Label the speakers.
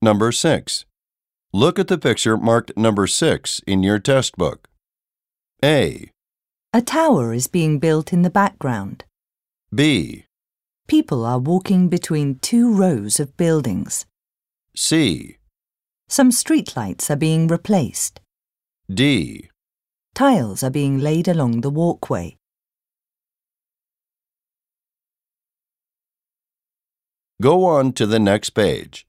Speaker 1: Number 6. Look at the picture marked number 6 in your test book. A,
Speaker 2: A tower is being built in the background.
Speaker 1: B,
Speaker 2: People are walking between two rows of buildings.
Speaker 1: C,
Speaker 2: Some streetlights are being replaced.
Speaker 1: D.
Speaker 2: Tiles are being laid along the walkway.
Speaker 1: Go on to the next page.